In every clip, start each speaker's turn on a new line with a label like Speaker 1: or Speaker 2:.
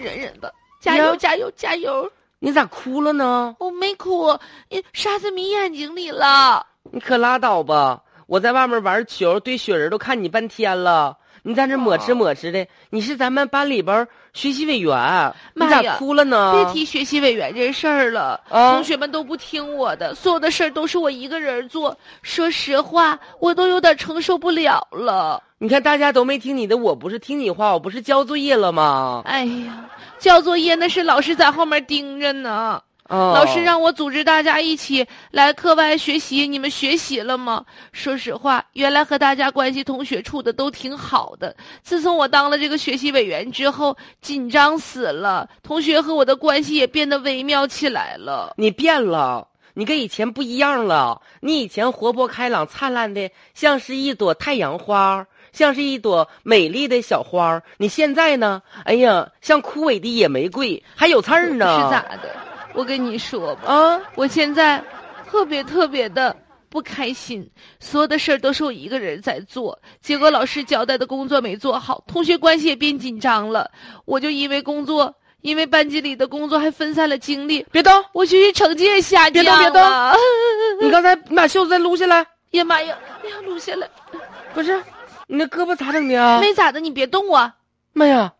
Speaker 1: 忍忍吧，加油
Speaker 2: 呀
Speaker 1: 加油加油！
Speaker 2: 你咋哭了呢？
Speaker 1: 我没哭，哦你沙子迷眼睛里了。
Speaker 2: 你可拉倒吧！我在外面玩球堆雪人都看你半天了，你在那抹哧抹哧的。你是咱们班里边儿学习委员，你
Speaker 1: 妈呀
Speaker 2: 咋哭了呢？
Speaker 1: 别提学习委员这事儿了，
Speaker 2: 啊
Speaker 1: 同学们都不听我的，所有的事儿都是我一个人做。说实话，我都有点承受不了了。
Speaker 2: 你看大家都没听你的，我不是听你话，我不是交作业了吗？
Speaker 1: 哎呀，交作业那是老师在后面盯着呢。
Speaker 2: 啊，
Speaker 1: 老师让我组织大家一起来课外学习，你们学习了吗？说实话，原来和大家关系、同学处的都挺好的。自从我当了这个学习委员之后，紧张死了，同学和我的关系也变得微妙起来了。
Speaker 2: 你变了，你跟以前不一样了。你以前活泼开朗、灿烂的，像是一朵太阳花，像是一朵美丽的小花儿。你现在呢？哎呀，像枯萎的野玫瑰，还有刺儿呢。
Speaker 1: 是咋的？我跟你说吧，
Speaker 2: 啊？
Speaker 1: 我现在特别特别的不开心，所有的事儿都是我一个人在做，结果老师交代的工作没做好，同学关系也变紧张了，我就因为工作，因为班级里的工作还分散了精力，
Speaker 2: 别动！
Speaker 1: 我学习成绩也下
Speaker 2: 别
Speaker 1: 降了。
Speaker 2: 动别动
Speaker 1: 嗯
Speaker 2: 你刚才你把袖子再撸下来，
Speaker 1: 呀妈呀，哎呀，撸下来，
Speaker 2: 不是？你那胳膊咋整的啊？
Speaker 1: 没咋的，你别动我，
Speaker 2: 妈呀！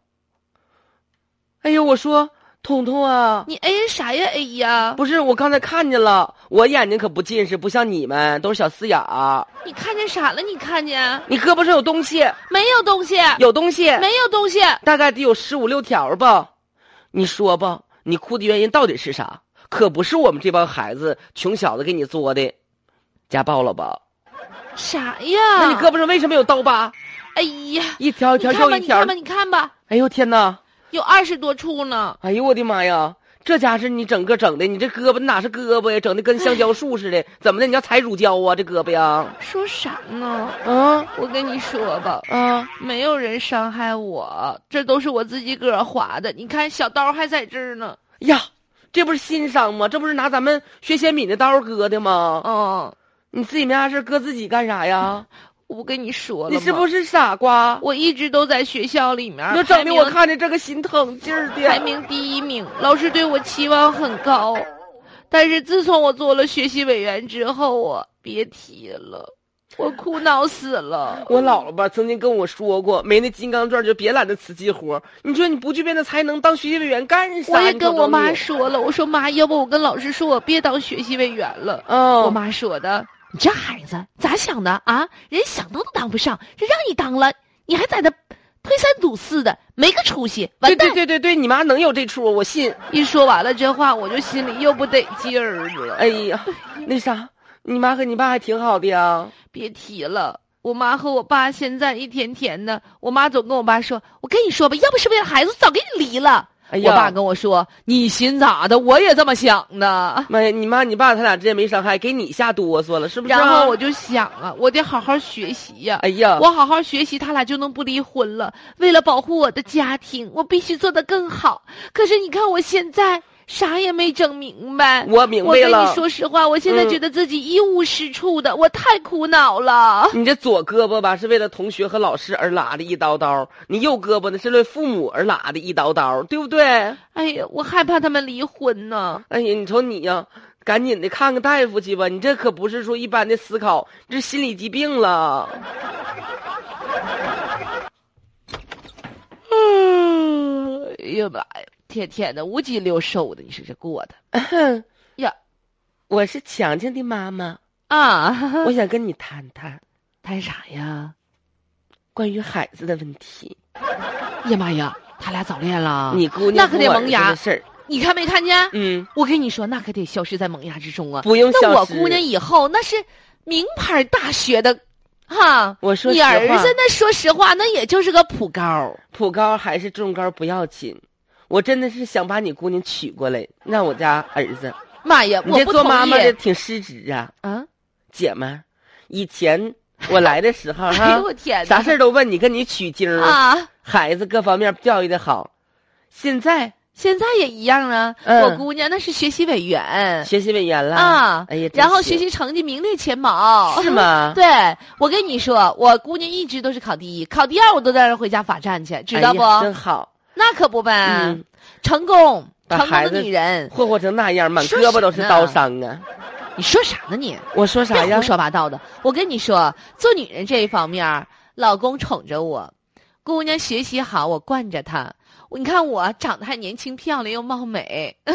Speaker 2: 哎呦，我说彤彤啊，
Speaker 1: 你 A 啥呀 A 呀？
Speaker 2: 不是我刚才看见了，我眼睛可不近视，不像你们都是小四眼儿。
Speaker 1: 你看见啥了？你看见
Speaker 2: 你胳膊上有东西，
Speaker 1: 没有东西？
Speaker 2: 有东西，
Speaker 1: 没有东西。
Speaker 2: 大概得有十五六条吧。你说吧，你哭的原因到底是啥？可不是我们这帮孩子穷小子给你作的，家暴了吧？
Speaker 1: 啥呀？
Speaker 2: 那你胳膊上为什么有刀疤？
Speaker 1: 哎呀，
Speaker 2: 一条一条
Speaker 1: 啊你看
Speaker 2: 又
Speaker 1: 吧，
Speaker 2: 一
Speaker 1: 你
Speaker 2: 条
Speaker 1: 看。吧，你看吧，
Speaker 2: 哎呦天哪！
Speaker 1: 有二十多处呢。
Speaker 2: 哎呦我的妈呀！这家是你整个整的，你这胳膊哪是胳膊呀？整的跟香蕉 树似的，怎么的？你要采乳胶啊？这胳膊呀？
Speaker 1: 说啥呢？
Speaker 2: 啊
Speaker 1: 我跟你说吧，
Speaker 2: 啊！
Speaker 1: 没有人伤害我，这都是我自己个儿划的。你看小刀还在这儿呢。
Speaker 2: 呀，这不是心伤吗？这不是拿咱们学铅笔那刀割的吗？
Speaker 1: 嗯，
Speaker 2: 你自己没啥事儿割自己干啥呀？
Speaker 1: 我不跟你说了
Speaker 2: 你
Speaker 1: 吗
Speaker 2: 是不是傻瓜？
Speaker 1: 我一直都在学校里面，
Speaker 2: 你整的我
Speaker 1: 啊排名
Speaker 2: 看着这个心疼劲儿
Speaker 1: 排
Speaker 2: 的。
Speaker 1: 名第一名，老师对我期望很高。但是自从我做了学习委员之后啊，别提了，我苦恼死了。
Speaker 2: 我姥姥吧曾经跟我说过，没那金刚钻就别揽那瓷器活儿。你说你不具备那才能，当学习委员干啥？
Speaker 1: 我也
Speaker 2: 你
Speaker 1: 跟
Speaker 2: 瞅
Speaker 1: 我
Speaker 2: 瞅
Speaker 1: 妈
Speaker 2: 你，
Speaker 1: 说了，我说妈，要不我跟老师说我别当学习委员了。
Speaker 2: 嗯，
Speaker 1: 我妈说的，
Speaker 3: 你这孩子咋想的啊？人想当都当不上，这让你当了，你还在那推三阻四的，没个出息，完
Speaker 2: 对
Speaker 3: 蛋！
Speaker 2: 对对对对，你妈能有这出，我信。
Speaker 1: 一说完了这话，我就心里又不得劲儿了。
Speaker 2: 哎 呀，那啥，你妈和你爸还挺好的呀。
Speaker 1: 别提了，我妈和我爸现在一天天的，我妈总跟我爸说，我跟你说吧，要不是为了孩子，早跟你离了。
Speaker 2: 哎呀，
Speaker 1: 我爸跟我说，你寻咋的？我也这么想的。
Speaker 2: 妈呀，你妈你爸他俩之间没伤害，给你吓哆嗦了是不是啊、
Speaker 1: 然后我就想啊，我得好好学习呀、
Speaker 2: 哎呀，
Speaker 1: 我好好学习，他俩就能不离婚了。为了保护我的家庭，我必须做得更好。可是你看我现在啥也没整明白。
Speaker 2: 我明
Speaker 1: 我
Speaker 2: 白
Speaker 1: 跟
Speaker 2: 了。
Speaker 1: 你说实话，我现在
Speaker 2: 嗯
Speaker 1: 觉得自己一无是处的，我太苦恼了。
Speaker 2: 你这左胳膊吧，是为了同学和老师而拉的一刀刀；你右胳膊呢，是为父母而拉的一刀刀，对不对？
Speaker 1: 哎呀，我害怕他们离婚呢。
Speaker 2: 哎呀，你瞅你呀、赶紧的看看大夫去吧，你这可不是说一般的思考，这是心理疾病了。
Speaker 1: 嗯，哎呀妈呀，天天的五脊六兽的，你说这过的 呀
Speaker 2: 我是强强的妈妈，
Speaker 1: 啊？
Speaker 2: 我想跟你谈谈
Speaker 1: 谈啥呀？
Speaker 2: 关于孩子的问题。
Speaker 3: 哎呀妈呀，他俩早恋了！
Speaker 2: 啊你姑娘
Speaker 1: 那可得
Speaker 2: 跟我
Speaker 1: 萌芽
Speaker 2: 儿子的事儿，
Speaker 1: 你看没看见？
Speaker 2: 嗯，
Speaker 3: 我跟你说，那可得消失在萌芽之中啊！
Speaker 2: 不用
Speaker 3: 那
Speaker 2: 消
Speaker 3: 我
Speaker 2: 失。
Speaker 3: 姑娘以后那是名牌大学的，
Speaker 1: 哈，
Speaker 2: 我说
Speaker 3: 你
Speaker 2: 实
Speaker 3: 儿
Speaker 2: 话
Speaker 3: 子那说实话，那也就是个普高。
Speaker 2: 普高还是中高不要紧，我真的是想把你姑娘娶过来，让我家儿子。
Speaker 1: 妈呀，
Speaker 2: 你
Speaker 1: 我
Speaker 2: 这
Speaker 1: 不
Speaker 2: 做
Speaker 1: 同
Speaker 2: 妈妈的
Speaker 1: 意。
Speaker 2: 挺失职啊，
Speaker 3: 啊，
Speaker 2: 姐们儿。以前我来的时候
Speaker 1: 哎
Speaker 2: 哈
Speaker 1: 呦，我天哪！
Speaker 2: 啊啥事儿都问你，跟你取经儿，
Speaker 1: 啊，
Speaker 2: 孩子各方面教育的好。现在
Speaker 1: 现在也一样啊。
Speaker 2: 嗯
Speaker 1: 我姑娘那是学习委员
Speaker 2: 学习委员了
Speaker 1: 啊，
Speaker 2: 哎呀，真
Speaker 1: 然后
Speaker 2: 是
Speaker 1: 学习成绩名列前茅。
Speaker 2: 是？吗？
Speaker 3: 对我跟你说，我姑娘一直都是考第一，考第二我都带人回家罚站去，知
Speaker 2: 哎
Speaker 3: 道
Speaker 2: 呀
Speaker 3: 不？
Speaker 2: 真好。
Speaker 1: 啊
Speaker 3: 那可不呗。
Speaker 2: 嗯，
Speaker 1: 成功，
Speaker 2: 把
Speaker 1: 成功
Speaker 2: 孩子
Speaker 1: 的女人。
Speaker 2: 霍霍成那样，满
Speaker 1: 说
Speaker 2: 胳膊都
Speaker 1: 啥
Speaker 2: 是
Speaker 1: 呢
Speaker 2: 刀伤啊！
Speaker 1: 你说啥呢你？
Speaker 2: 我说啥
Speaker 1: 别
Speaker 2: 呀
Speaker 1: 哎胡？说八道的！我跟你说，做女人这一方面儿，老公宠着我，姑娘学习好，我惯着她。你看我长得还年轻漂亮又貌美，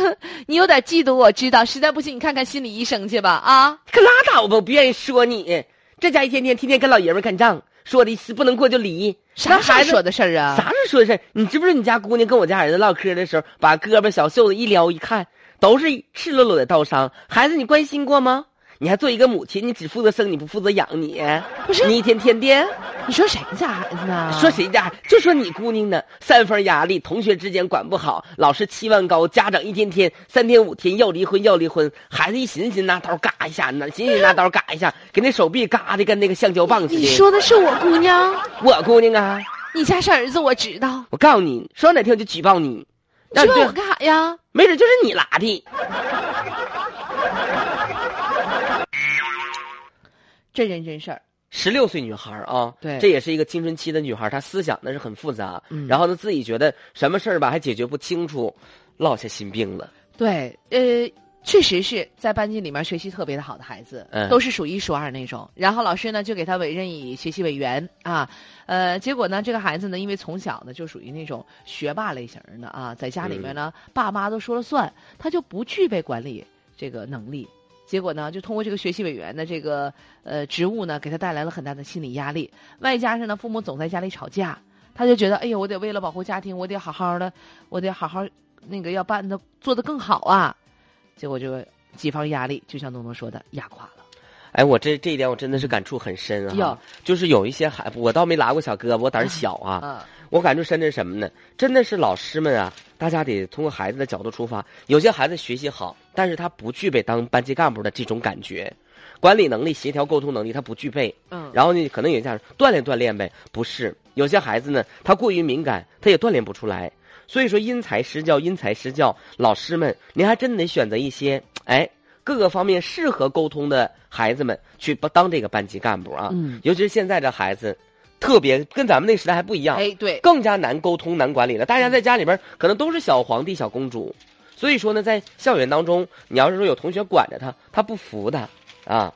Speaker 1: 你有点嫉妒我知道，实在不行你看看心理医生去吧啊！
Speaker 2: 可拉倒吧！我不愿意说你，这家一天天天天跟老爷们儿干仗，说的是不能过就离。
Speaker 1: 啥
Speaker 2: 那
Speaker 1: 时
Speaker 2: 孩
Speaker 1: 候
Speaker 2: 子
Speaker 1: 说的事儿啊？
Speaker 2: 啥是说的事儿你知不知道你家姑娘跟我家儿子唠嗑的时候，把胳膊小袖子一撩一看，都是赤裸裸的刀伤。孩子，你关心过吗？你还做一个母亲，你只负责生，你不负责养你，
Speaker 1: 不是啊
Speaker 2: 你一天天的
Speaker 1: 你说谁家孩子呢？
Speaker 2: 说谁家，就说你姑娘呢，三分压力，同学之间管不好，老师期望高，家长一天天三天五天要离婚要离婚，孩子一寻思拿刀嘎一下，拿寻思拿刀嘎一下，给那手臂嘎的跟那个橡胶棒似的。
Speaker 1: 你说的是我姑娘，
Speaker 2: 我姑娘啊，
Speaker 1: 你家是儿子，我知道。
Speaker 2: 我告诉你，说哪天我就举报你，
Speaker 1: 你
Speaker 2: 让你
Speaker 1: 说
Speaker 2: 对
Speaker 1: 我干啥呀？
Speaker 2: 没准就是你拉的。
Speaker 1: 这人真事儿。
Speaker 2: 十六岁女孩儿啊，
Speaker 1: 对
Speaker 2: 这也是一个青春期的女孩儿，她思想那是很复杂，
Speaker 1: 嗯
Speaker 2: 然后呢自己觉得什么事儿吧还解决不清楚，落下心病了。
Speaker 1: 对，呃，确实是在班级里面学习特别的好的孩子，
Speaker 2: 嗯
Speaker 1: 都是数一数二那种。然后老师呢就给他委任以学习委员啊，呃，结果呢这个孩子呢，因为从小呢就属于那种学霸类型的啊，在家里面呢、爸妈都说了算，他就不具备管理这个能力。结果呢，就通过这个学习委员的这个呃职务呢，给他带来了很大的心理压力，外加上呢父母总在家里吵架，他就觉得哎呦，我得为了保护家庭，我得好好的，我得好好那个要办的做得更好啊。结果就几方压力，就像东东说的，压垮了。
Speaker 2: 哎，我这这一点我真的是感触很深
Speaker 1: 哟
Speaker 2: 啊，就是有一些孩，我倒没拉过小胳膊，我胆儿小啊，
Speaker 1: 啊，
Speaker 2: 我感触深的是什么呢？真的是老师们啊，大家得通过孩子的角度出发，有些孩子学习好，但是他不具备当班级干部的这种感觉，管理能力、协调沟通能力他不具备，
Speaker 1: 嗯，
Speaker 2: 然后呢，可能有些家长锻炼锻炼呗，不是有些孩子呢，他过于敏感，他也锻炼不出来。所以说因材施教，因材施教，老师们，您还真得选择一些哎各个方面适合沟通的孩子们去当这个班级干部啊。
Speaker 1: 嗯，
Speaker 2: 尤其是现在的孩子，特别跟咱们那个时代还不一样，
Speaker 1: 哎，对，
Speaker 2: 更加难沟通、难管理了。大家在家里边可能都是小皇帝、小公主，所以说呢，在校园当中，你要是说有同学管着他，他不服的啊，